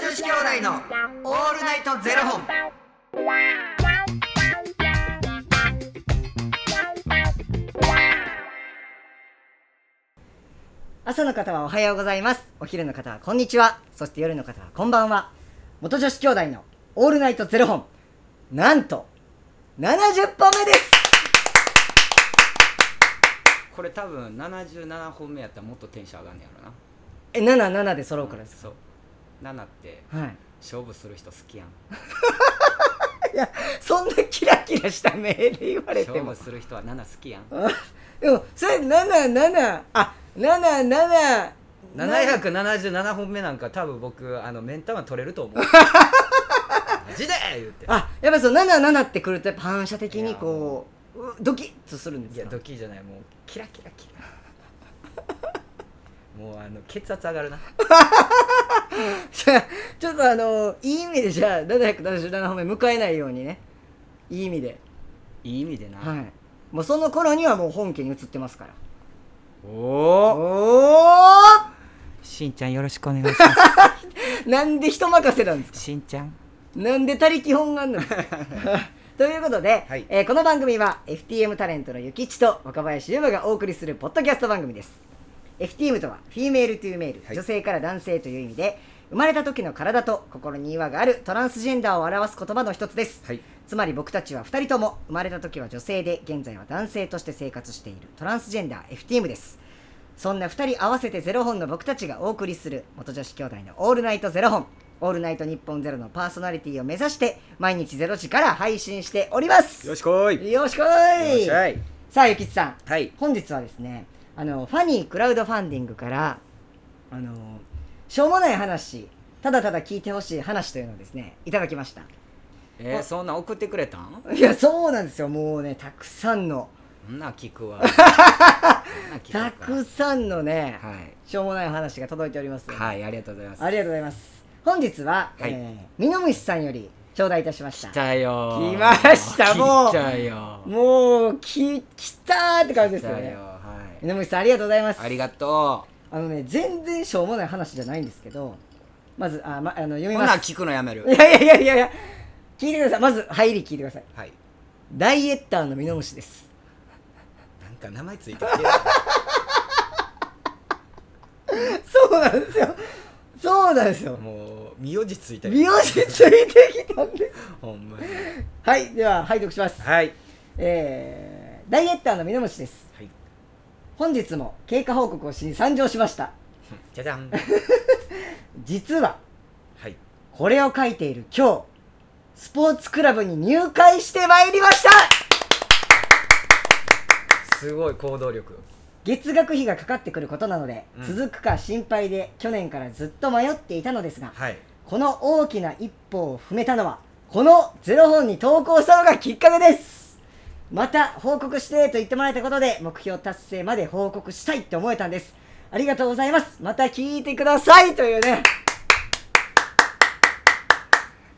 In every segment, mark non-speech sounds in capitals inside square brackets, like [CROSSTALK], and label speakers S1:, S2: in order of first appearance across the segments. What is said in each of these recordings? S1: 子兄弟のオールナイトゼロ本。
S2: 朝の方はおはようございますお昼の方はこんにちはそして夜の方はこんばんは元女子兄弟のオールナイトゼロ本なんと70本目です
S3: これ多分77本目やったらもっとテンション上がんねやろな
S2: え77で揃うからです
S3: そう7って
S2: はい
S3: 勝負する人好きやん
S2: そんなキラキラした目で言われて
S3: 勝
S2: も
S3: 負する人は7好きやん
S2: [LAUGHS] あでもそれ77あ七77
S3: 777本目なんか多分僕あの目ん玉取れると思うマジで言って
S2: あやっぱその77ってくるとやっぱ反射的にこううドキッとするんで
S3: い
S2: す
S3: や
S2: か
S3: ドキじゃないもうキラキラキラもうあの血圧上がるな
S2: じゃあ [LAUGHS] ちょっとあのいい意味でじゃあ777本目迎えないようにねいい意味で
S3: いい意味でな、
S2: はいもうその頃にはもう本家に移ってますから
S3: おお
S2: お
S3: しんちゃんよろしくお願いしま
S2: おなんで人任せなんですか
S3: すしんちゃん
S2: なんで他力本
S3: [LAUGHS]
S2: 願なんですかということで、
S3: はい
S2: えーこの番組は FTM タレントのゆきちと若林優馬がお送りするポッドキャスト番組です FTM とはフィメールトゥーメール、
S3: はい
S2: 女性から男性という意味で生まれた時の体と心に違和があるトランスジェンダーを表す言葉の一つです、
S3: はい
S2: つまり僕たちは2人とも生まれた時は女性で現在は男性として生活しているトランスジェンダー FTM ですそんな2人合わせてゼロ本の僕たちがお送りする元女子兄弟の「オールナイトゼロ本」「オールナイト日本ゼロのパーソナリティを目指して毎日ゼロ時から配信しております
S3: よしこい
S2: よろしくーい
S3: い
S2: さあゆきちさん
S3: はい
S2: 本日はですねあのファニークラウドファンディングからあのしょうもない話ただただ聞いてほしい話というのをですねいただきました
S3: えー
S2: あ
S3: そんなん送ってくれたん
S2: いやそうなんですよもうねたくさんの
S3: そんなん聞
S2: [LAUGHS]
S3: くわそんなん聞くわ
S2: たくさんのね、
S3: はい
S2: しょうもない話が届いております、
S3: はいありがとうございます
S2: ありがとうございます本日は、
S3: はい
S2: えー、ミノムシさんより頂戴いたしまし
S3: 来
S2: た
S3: たよー
S2: 来ましたもう
S3: 来たよー
S2: もうき来たーって感じで
S3: 来
S2: すよ
S3: た
S2: ね
S3: よはい
S2: ミノムシさんありがとうございます
S3: ありがと
S2: あのね全然しょうもない話じゃないんですけどまずあ、ま、あの読
S3: う
S2: み
S3: ほな
S2: ます
S3: 聞くのやめる
S2: いやいやいやいやいや聞いてくださいまず入り聞いてください
S3: はい
S2: ダイエッターのミノムシ
S3: [LAUGHS]
S2: です
S3: なんか名前ついてきてる
S2: そうなんですよそうなんですよ
S3: もう名字ついてる
S2: 美容師ついてきたんです
S3: ほんまに
S2: はいでは拝読します、
S3: はい
S2: えー、ダイエッターのミノムシです
S3: はい
S2: 本日も経過報告をしに参上しました
S3: じゃじゃん
S2: 実は
S3: はい
S2: これを書いている今日スポーツクラブに入会してまいりました
S3: すごい行動力
S2: 月額費がかかってくることなので、
S3: うん
S2: 続くか心配で去年からずっと迷っていたのですが
S3: はい
S2: この大きな一歩を踏めたのはこのゼロ本に投稿したのがきっかけですまた報告してと言ってもらえたことで目標達成まで報告したいって思えたんですありがとうございますまた聞いてくださいというね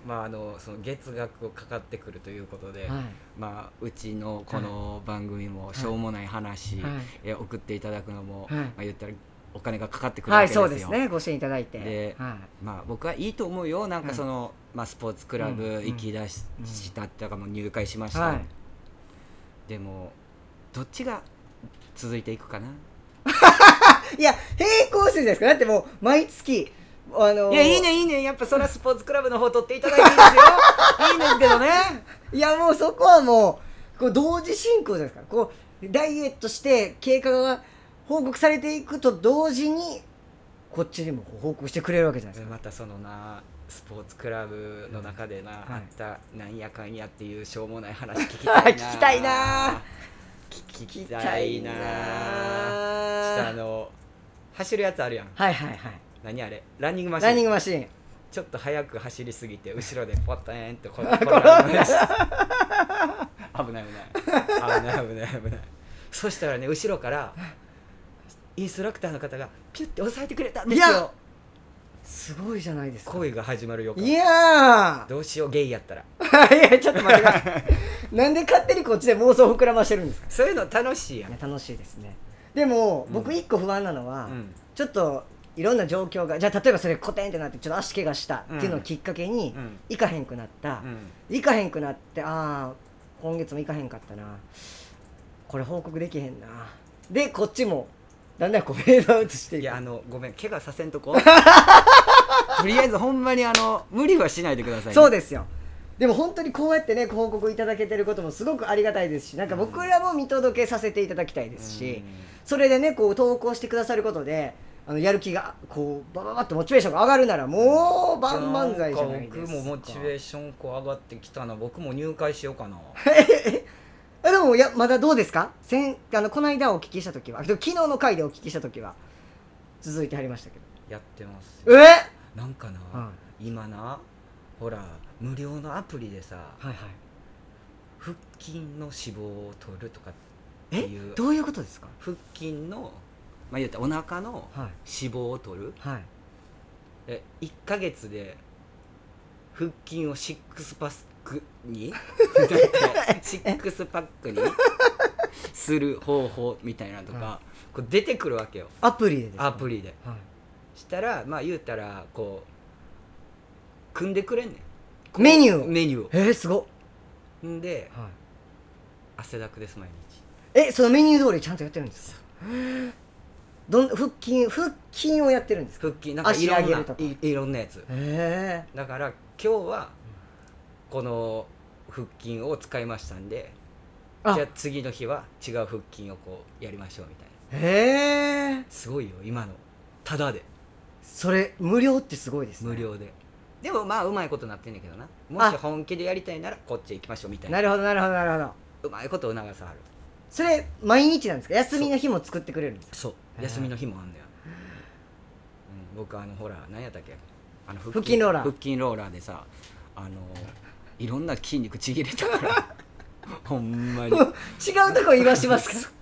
S3: まああのその月額をかかってくるということで、
S2: はい
S3: まあうちのこの番組もしょうもない話、
S2: はい
S3: え送っていただくのも、
S2: はい
S3: まあ言ったらお金がかかってくるわ
S2: は
S3: け
S2: い
S3: ですよ、
S2: そうですねご支援いただいて
S3: で
S2: は
S3: まあ、僕はいいと思うよなんかその、まあ、スポーツクラブ
S2: うん
S3: 行き出し,、
S2: うん
S3: したってかもう入会しまし
S2: い、
S3: た、
S2: はい、
S3: でもどっちが続いていくかない
S2: や並行してじゃないですかだってもう毎月あのー
S3: いやいいねいいねやっぱそれはスポーツクラブの方取っていただいていいですよいいんですけどね
S2: いやもうそこはもうこう同時進行じゃないですかこうダイエットして経過が報告されていくと同時にこっちにも報告してくれるわけじゃないですか
S3: またそのなスポーツクラブの中でな、
S2: い
S3: あったなんやかんやっていうしょうもない話聞き [LAUGHS] たいな
S2: 聞きたいな
S3: 聞き
S2: 聞き
S3: たいなちょっと
S2: た
S3: あ
S2: いな
S3: の走るやつあるやん
S2: はいはいはい
S3: 何あれランニングマシ
S2: ラン
S3: ー
S2: ニ
S3: ン
S2: ングマシーン
S3: ちょっと速く走りすぎて後ろでポターンとこ転がりました危ない危ない危ない危ない危ないそしたらね後ろからインストラクターの方がピュッて押さえてくれたんです
S2: いや
S3: よ
S2: すごいじゃないですか
S3: 恋が始まる予感
S2: いや
S3: どうしようゲイやったら
S2: ーいやちょっと待ってくださいなんで勝手にこっちで妄想を膨らましてるんですか
S3: そういうの楽しいや
S2: い
S3: ん
S2: や楽しいですねでも、
S3: うん
S2: 僕一個不安なのは、
S3: うん
S2: ちょっといろんな状況がじゃあ例えばそれコテンってなってちょっと足怪我したっていうのをきっかけに、
S3: うん
S2: 行かへんくなった、行かへんくなってああ今月も行かへんかったなこれ報告できへんなでこっちもだんだんこうフ [LAUGHS] ェードアウトしてい
S3: い
S2: く
S3: やあのごめん怪我させんとことりあえずほんまにあの無理はしないでください、ね、
S2: そう
S3: で
S2: ですよでも本当にこうやってねご報告いただけてることもすごくありがたいですしなんか僕らも見届けさせていただきたいですし、それでねこう投稿してくださることであのやる気がこうバババッとモチベーションが上がるならもう万々歳じゃないですか
S3: 僕もモチベーションこう上がってきたな僕も入会しようかな
S2: えでもいやまだどうですか先あのこの間お聞きした時はでも昨日の回でお聞きした時は続いてはりましたけ
S3: やってます
S2: どえ
S3: なんかな、
S2: は
S3: 今なほら無料のアプリでさ
S2: はいはい
S3: 腹筋の脂肪を取るとかっていう
S2: どういうことですか
S3: 腹筋のまあ言うたらお腹の
S2: はい
S3: 脂肪を取る
S2: はい
S3: え1ヶ月で腹筋をシックスパック
S2: [LAUGHS]
S3: にだってシックスパックにする方法みたいなのとか、
S2: は
S3: こう出てくるわけよ
S2: アプリでですか
S3: アプリで
S2: はい
S3: したらまあ言うたらこう組んでくれんねんこう
S2: メニューを
S3: メニュー
S2: えー、すごっ
S3: をんで
S2: はい
S3: 汗だくです毎日
S2: えそのメニュー通りちゃんとやってるんですかどん腹筋腹筋をやってるんですか
S3: 腹筋なんかいろ
S2: 足
S3: ん
S2: 上げ
S3: な
S2: るとか
S3: いいろんなやつ
S2: へ
S3: だから今日はこの腹筋を使いましたんで
S2: あ
S3: じゃあ次の日は違う腹筋をこうやりましょうみたいな
S2: えへえ
S3: すごいよ今のただで
S2: それ無料ってすごいですね
S3: 無料で、でもまあうまいことなってんねんけどなも
S2: あ
S3: し本気でやりたいならこっちへ行きましょうみたいな
S2: なるほどなるほどなるほど
S3: うまいこと促さはる
S2: それ毎日なんですか休みの日も作ってくれるんですか
S3: そう
S2: へー
S3: 休みの日もあんだよ、うん、僕あのほら何やったっけあの腹
S2: 腹筋ローラー
S3: 腹筋ローラーでさあのいろんな筋肉ちぎれたから [LAUGHS] ほんまに
S2: 違
S3: [LAUGHS]
S2: うとこ言わしますか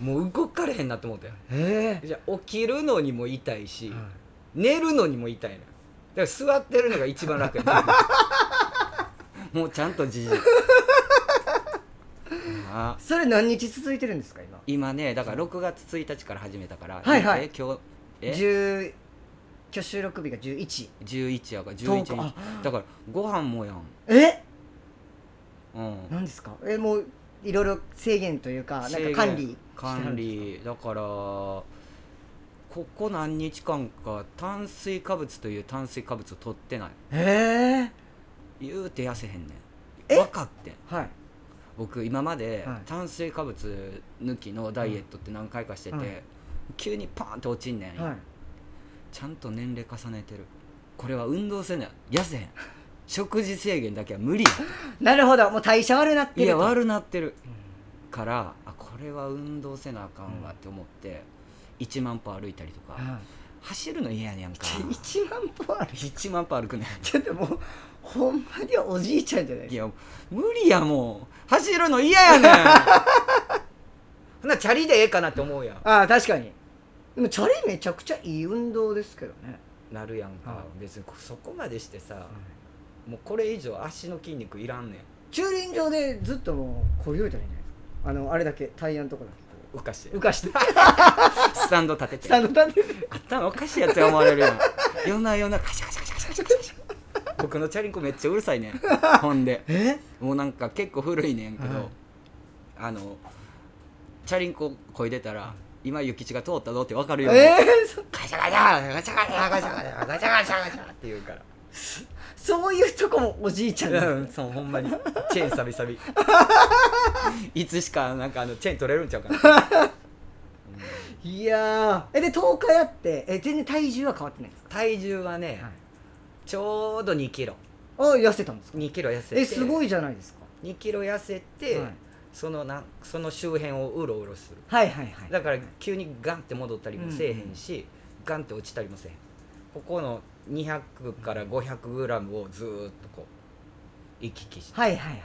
S3: もう動かれへんなと思ったよ
S2: へ
S3: じゃあ起きるのにも痛いし、
S2: え
S3: 寝るのにも痛いのよだから座ってるのが一番 [LAUGHS] 楽やったもうちゃんとじ [LAUGHS] じいあ
S2: それ何日続いてるんですか今
S3: 今ねだから6月1日から始めたから、
S2: はいはい
S3: え今日え
S2: 10今日収録日が11
S3: 11やから11
S2: 10
S3: 日だからご飯もやん
S2: え
S3: うん
S2: 何ですかえもういろいろ制限というかなん
S3: 制
S2: か管
S3: 限
S2: 理
S3: 管理だからここ何日間か炭水化物という炭水化物を取ってない
S2: へえ
S3: 言うて痩せへんねん
S2: え
S3: 分かってん
S2: はい
S3: 僕今まで
S2: はい
S3: 炭水化物抜きのダイエットって何回かしてて、
S2: はい
S3: 急にパーンって落ちんねん、
S2: はい
S3: ちゃんと年齢重ねてるこれは運動せな痩せへん食事制限だけは無理や
S2: なるほどもう代謝悪なってる
S3: いや
S2: と
S3: 悪なってる
S2: う
S3: からあこれは運動せなあかんわって思って、1万歩歩いたりとか、
S2: んはい
S3: 走るの嫌やねんか
S2: 一万歩ある
S3: 1万歩歩くね
S2: ちょっともうほんまにおじいちゃんじゃない
S3: んい
S2: ですか
S3: や無理やもう走るの嫌やねんほなチャリでええかなって思うやん
S2: ああ確かにでもチャリめちゃくちゃいい運動ですけどね
S3: なるやんか、
S2: は
S3: 別にこそこまでしてさ、もうこれ以上足の筋肉いらんね
S2: 駐輪場でずっともうこれよいたらいいんじゃないですかあのあれだけタイヤのとこだけ
S3: ん浮かして
S2: 浮かして
S3: スタンド立て
S2: ス
S3: て
S2: タンド立てて
S3: 頭おかしいやつや思われるやん夜な夜なカシャカシャカシャカシャカシャカシャ僕のチャリンコめっちゃうるさいねんほんで
S2: え
S3: もうなんか結構古いねんけど、
S2: はい
S3: あのチャリンコこいでたら今諭吉が通ったぞって分かるよ、
S2: えー、そ
S3: ガシャガシャガシャガシャガシャガシャガシャガシャガシャって言うから
S2: そういうとこもおじいちゃんです、
S3: うん、そうほんまにチェーンサビサビいつしかなんかあのチェーン取れるんちゃうかな、うん
S2: いやーえで10日やってえ全然体重は変わってないんですか
S3: 体重はね、
S2: はい
S3: ちょうど2キロ
S2: あ痩せたんですか
S3: 2キロ痩せて
S2: えすごいじゃないですか、
S3: 2キロ痩せて、
S2: はい
S3: そのなんその周辺をうろうろする
S2: はいはいはい
S3: だから急にガンって戻ったりもせえへんし、ガンって落ちたりもせえへんここの200から500グラムをずーっとこう行き来して
S2: はいはいはいは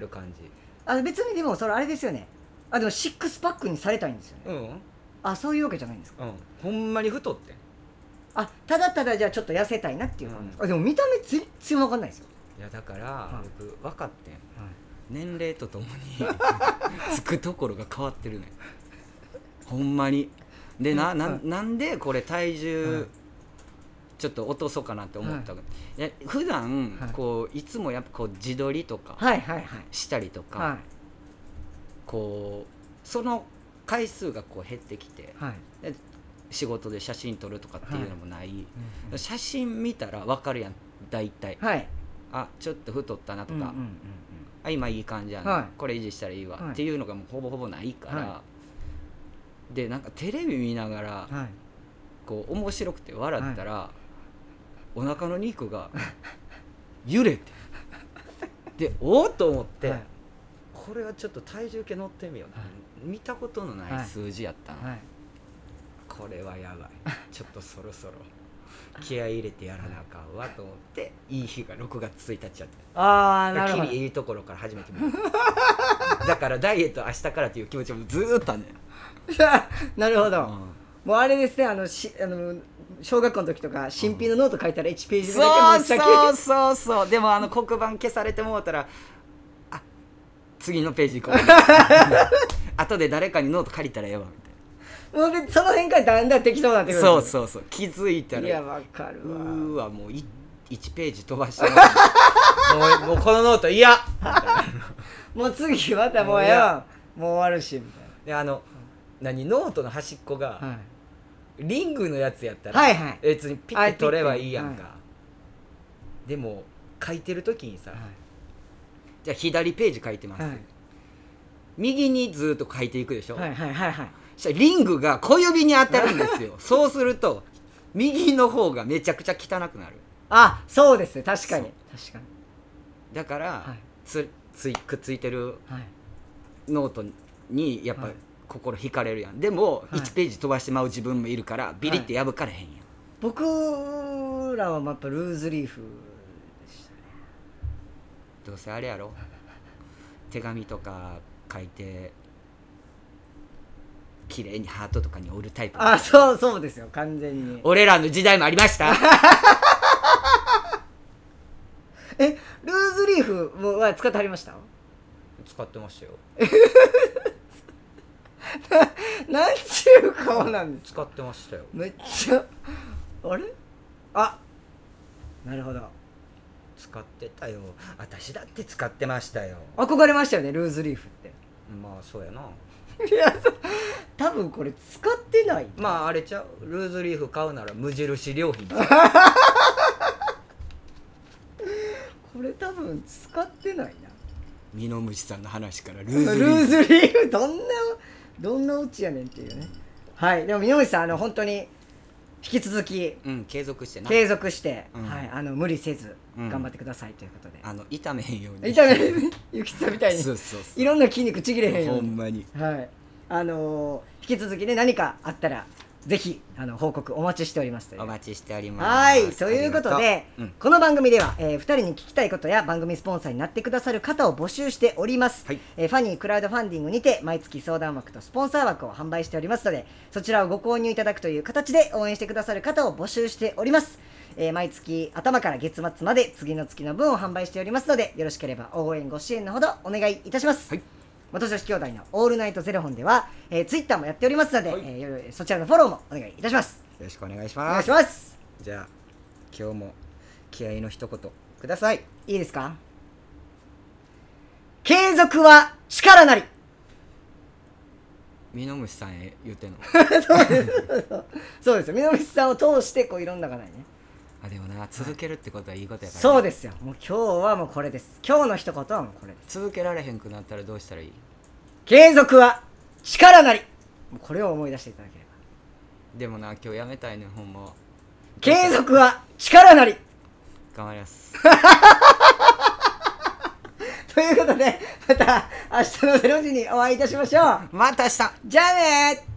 S2: い
S3: る感じ、
S2: あ別にでもそれあれですよねあでもシックスパックにされたいんですよね、
S3: うんうん
S2: あそういうわけじゃないんですか
S3: うんほんまに太ってん
S2: あただただじゃあちょっと痩せたいなっていう感じですか、あでも見た目全然わかんないですよ、
S3: いやだから
S2: はい
S3: 僕分かってん年齢
S2: [LAUGHS]
S3: とともにつくところが変わってるねんほんまにでなな
S2: うん
S3: なんでこれ体
S2: はい
S3: 重ちょっと落とそうかなって思ったか、いや普段
S2: はい
S3: こういつもやっぱこう自撮りとか
S2: はいはいはい
S3: したりとか、
S2: は
S3: こうその回数がこう減ってきて
S2: いはい
S3: 仕事で写真撮るとかっていうのもない、
S2: うん
S3: 写真見たら分かるやん大体
S2: はい
S3: あちょっと太ったなと
S2: うんうん
S3: か、
S2: うん
S3: あ今いい感じやな、
S2: はい
S3: これ維持したらいいわ、
S2: はい
S3: っていうのがもうほぼほぼないから、
S2: は
S3: でなんかテレビ見ながら、
S2: うんはい
S3: こう面白くて笑ったら、お腹の肉が揺れてでおおっと思って、
S2: はい
S3: これはちょっと体重計乗ってみような、
S2: は
S3: 見たことのな
S2: はいい
S3: 数字やったの、
S2: はい
S3: これはやば
S2: [LAUGHS]
S3: いちょっとそろそろ気合い入れてやらなあかんわと思
S2: [LAUGHS]
S3: っていい日が6月1日やって
S2: ああなるほ
S3: き
S2: ど
S3: りいいところから始めてみるだからダイエット明日からっていう気持ちもずーっとあんねん
S2: [LAUGHS] なるほ
S3: う
S2: ど、
S3: ん
S2: もうあれですねあのしあの小学校の時とか新品のノート書いたら1ページだけ
S3: そう
S2: け
S3: そうそうそうでもあの黒板消されてもうたらあ次のペー
S2: [LAUGHS]
S3: ジ行こう後で誰かにノート借りたらええわみた
S2: もうでその辺からだんだん適当になって
S3: い
S2: く
S3: な
S2: る
S3: そう
S2: う
S3: そうそう気づいた
S2: いや
S3: ら
S2: わかる
S3: う
S2: わ
S3: ーわもうい1ページ飛ばした
S2: [LAUGHS]
S3: なもうもうこのノート嫌
S2: もう次またもう
S3: いや
S2: やもう終わるしみたい
S3: であの何ノートの端っこが、
S2: な、はい、
S3: リングのやつやったら、
S2: はいはい
S3: 別にピッて取ればいいやんか、
S2: は
S3: でも書いてる時にさ、
S2: はい
S3: じゃあ左ページ書いてます、
S2: はい
S3: 右にずーっと書いていくでしょ、
S2: はいはいはいはい
S3: そしたらリングが小指に当たるんですよ [LAUGHS] そうすると右の方がめちゃくちゃ汚くなる
S2: あそうですね確かに確かに
S3: だから、
S2: はい
S3: つついくっついてる
S2: はい
S3: ノートにやっぱ
S2: はい
S3: 心惹かれるやんでも、
S2: はい
S3: 1ページ飛ばしてまう自分もいるからビリって破かれへんやん、
S2: 僕らはやっぱルーズリーフでしたね
S3: どうせあれやろ手紙とか書いて綺麗にハートとかに折るタイプ
S2: あそうそうですよ完全に
S3: 俺らの時代もありました
S2: えルーズリーフもは使ってはりました
S3: [LAUGHS] 使ってましたよ
S2: なんちゅう顔なんです
S3: 使ってましたよ
S2: めっちゃあれあなるほど
S3: 使ってたよ私だって使ってましたよ
S2: 憧れましたよねルーズリーフって
S3: まあそうやない
S2: やそ多分これ使ってない
S3: まああれちゃうルーズリーフ買うなら無印良品
S2: これ多分使ってないな
S3: [LAUGHS] ミノムシさんの話からル
S2: ル
S3: ーズリー
S2: ー
S3: フ
S2: ズリーフどんなどんなオチやねんっていうねはいでも宮内さんあの本当に引き続き
S3: うん継続してな
S2: 継続して、
S3: うん
S2: はい、あの無理せず
S3: うん
S2: 頑張ってくださいということで、
S3: あの痛めへんよう
S2: [LAUGHS]
S3: に
S2: 痛めゆきつさんみたいに
S3: そうそうそ
S2: いろんな筋肉ちぎれへ
S3: うん
S2: よ
S3: ほ
S2: うに
S3: んまに
S2: はいあのー引き続きね何かあったらぜひあの報告お待ちしておりますという
S3: お待ちしております
S2: はいということ
S3: あり
S2: で
S3: がとううん
S2: この番組では、え2人に聞きたいことや番組スポンサーになってくださる方を募集しております、
S3: はい
S2: えーファニークラウドファンディングにて毎月相談枠とスポンサー枠を販売しておりますのでそちらをご購入いただくという形で応援してくださる方を募集しております、えー毎月頭から月末まで次の月の分を販売しておりますのでよろしければ応援ご支援のほどお願いいたします、
S3: はい
S2: 元女子兄弟の「オールナイトゼロ本」では、えー、ツイッターもやっておりますので、
S3: はい
S2: えーよろそちらのフォローもお願いいたします
S3: よろしくお願いし
S2: お願
S3: ま
S2: いし
S3: す
S2: ます
S3: じゃあ今日も気合の一言ください
S2: いいですか継続は力なり
S3: ミノムシさんへ言 [LAUGHS] ってんの
S2: そうですよ南さんを通してこういろんな方にね
S3: あでもな続けるってことはいいことやからね、
S2: そうですよもう今日はもうこれです今日の一言はもうこれです
S3: 続けられへんくなったらどうしたらいい
S2: 継続は力なりもうこれを思い出していただければ
S3: でもな今日やめたいねんほんまは
S2: 継続は力なり
S3: 頑張ります
S2: ということでまた明日の0時にお会いいたしましょう
S3: また明日
S2: じゃあねー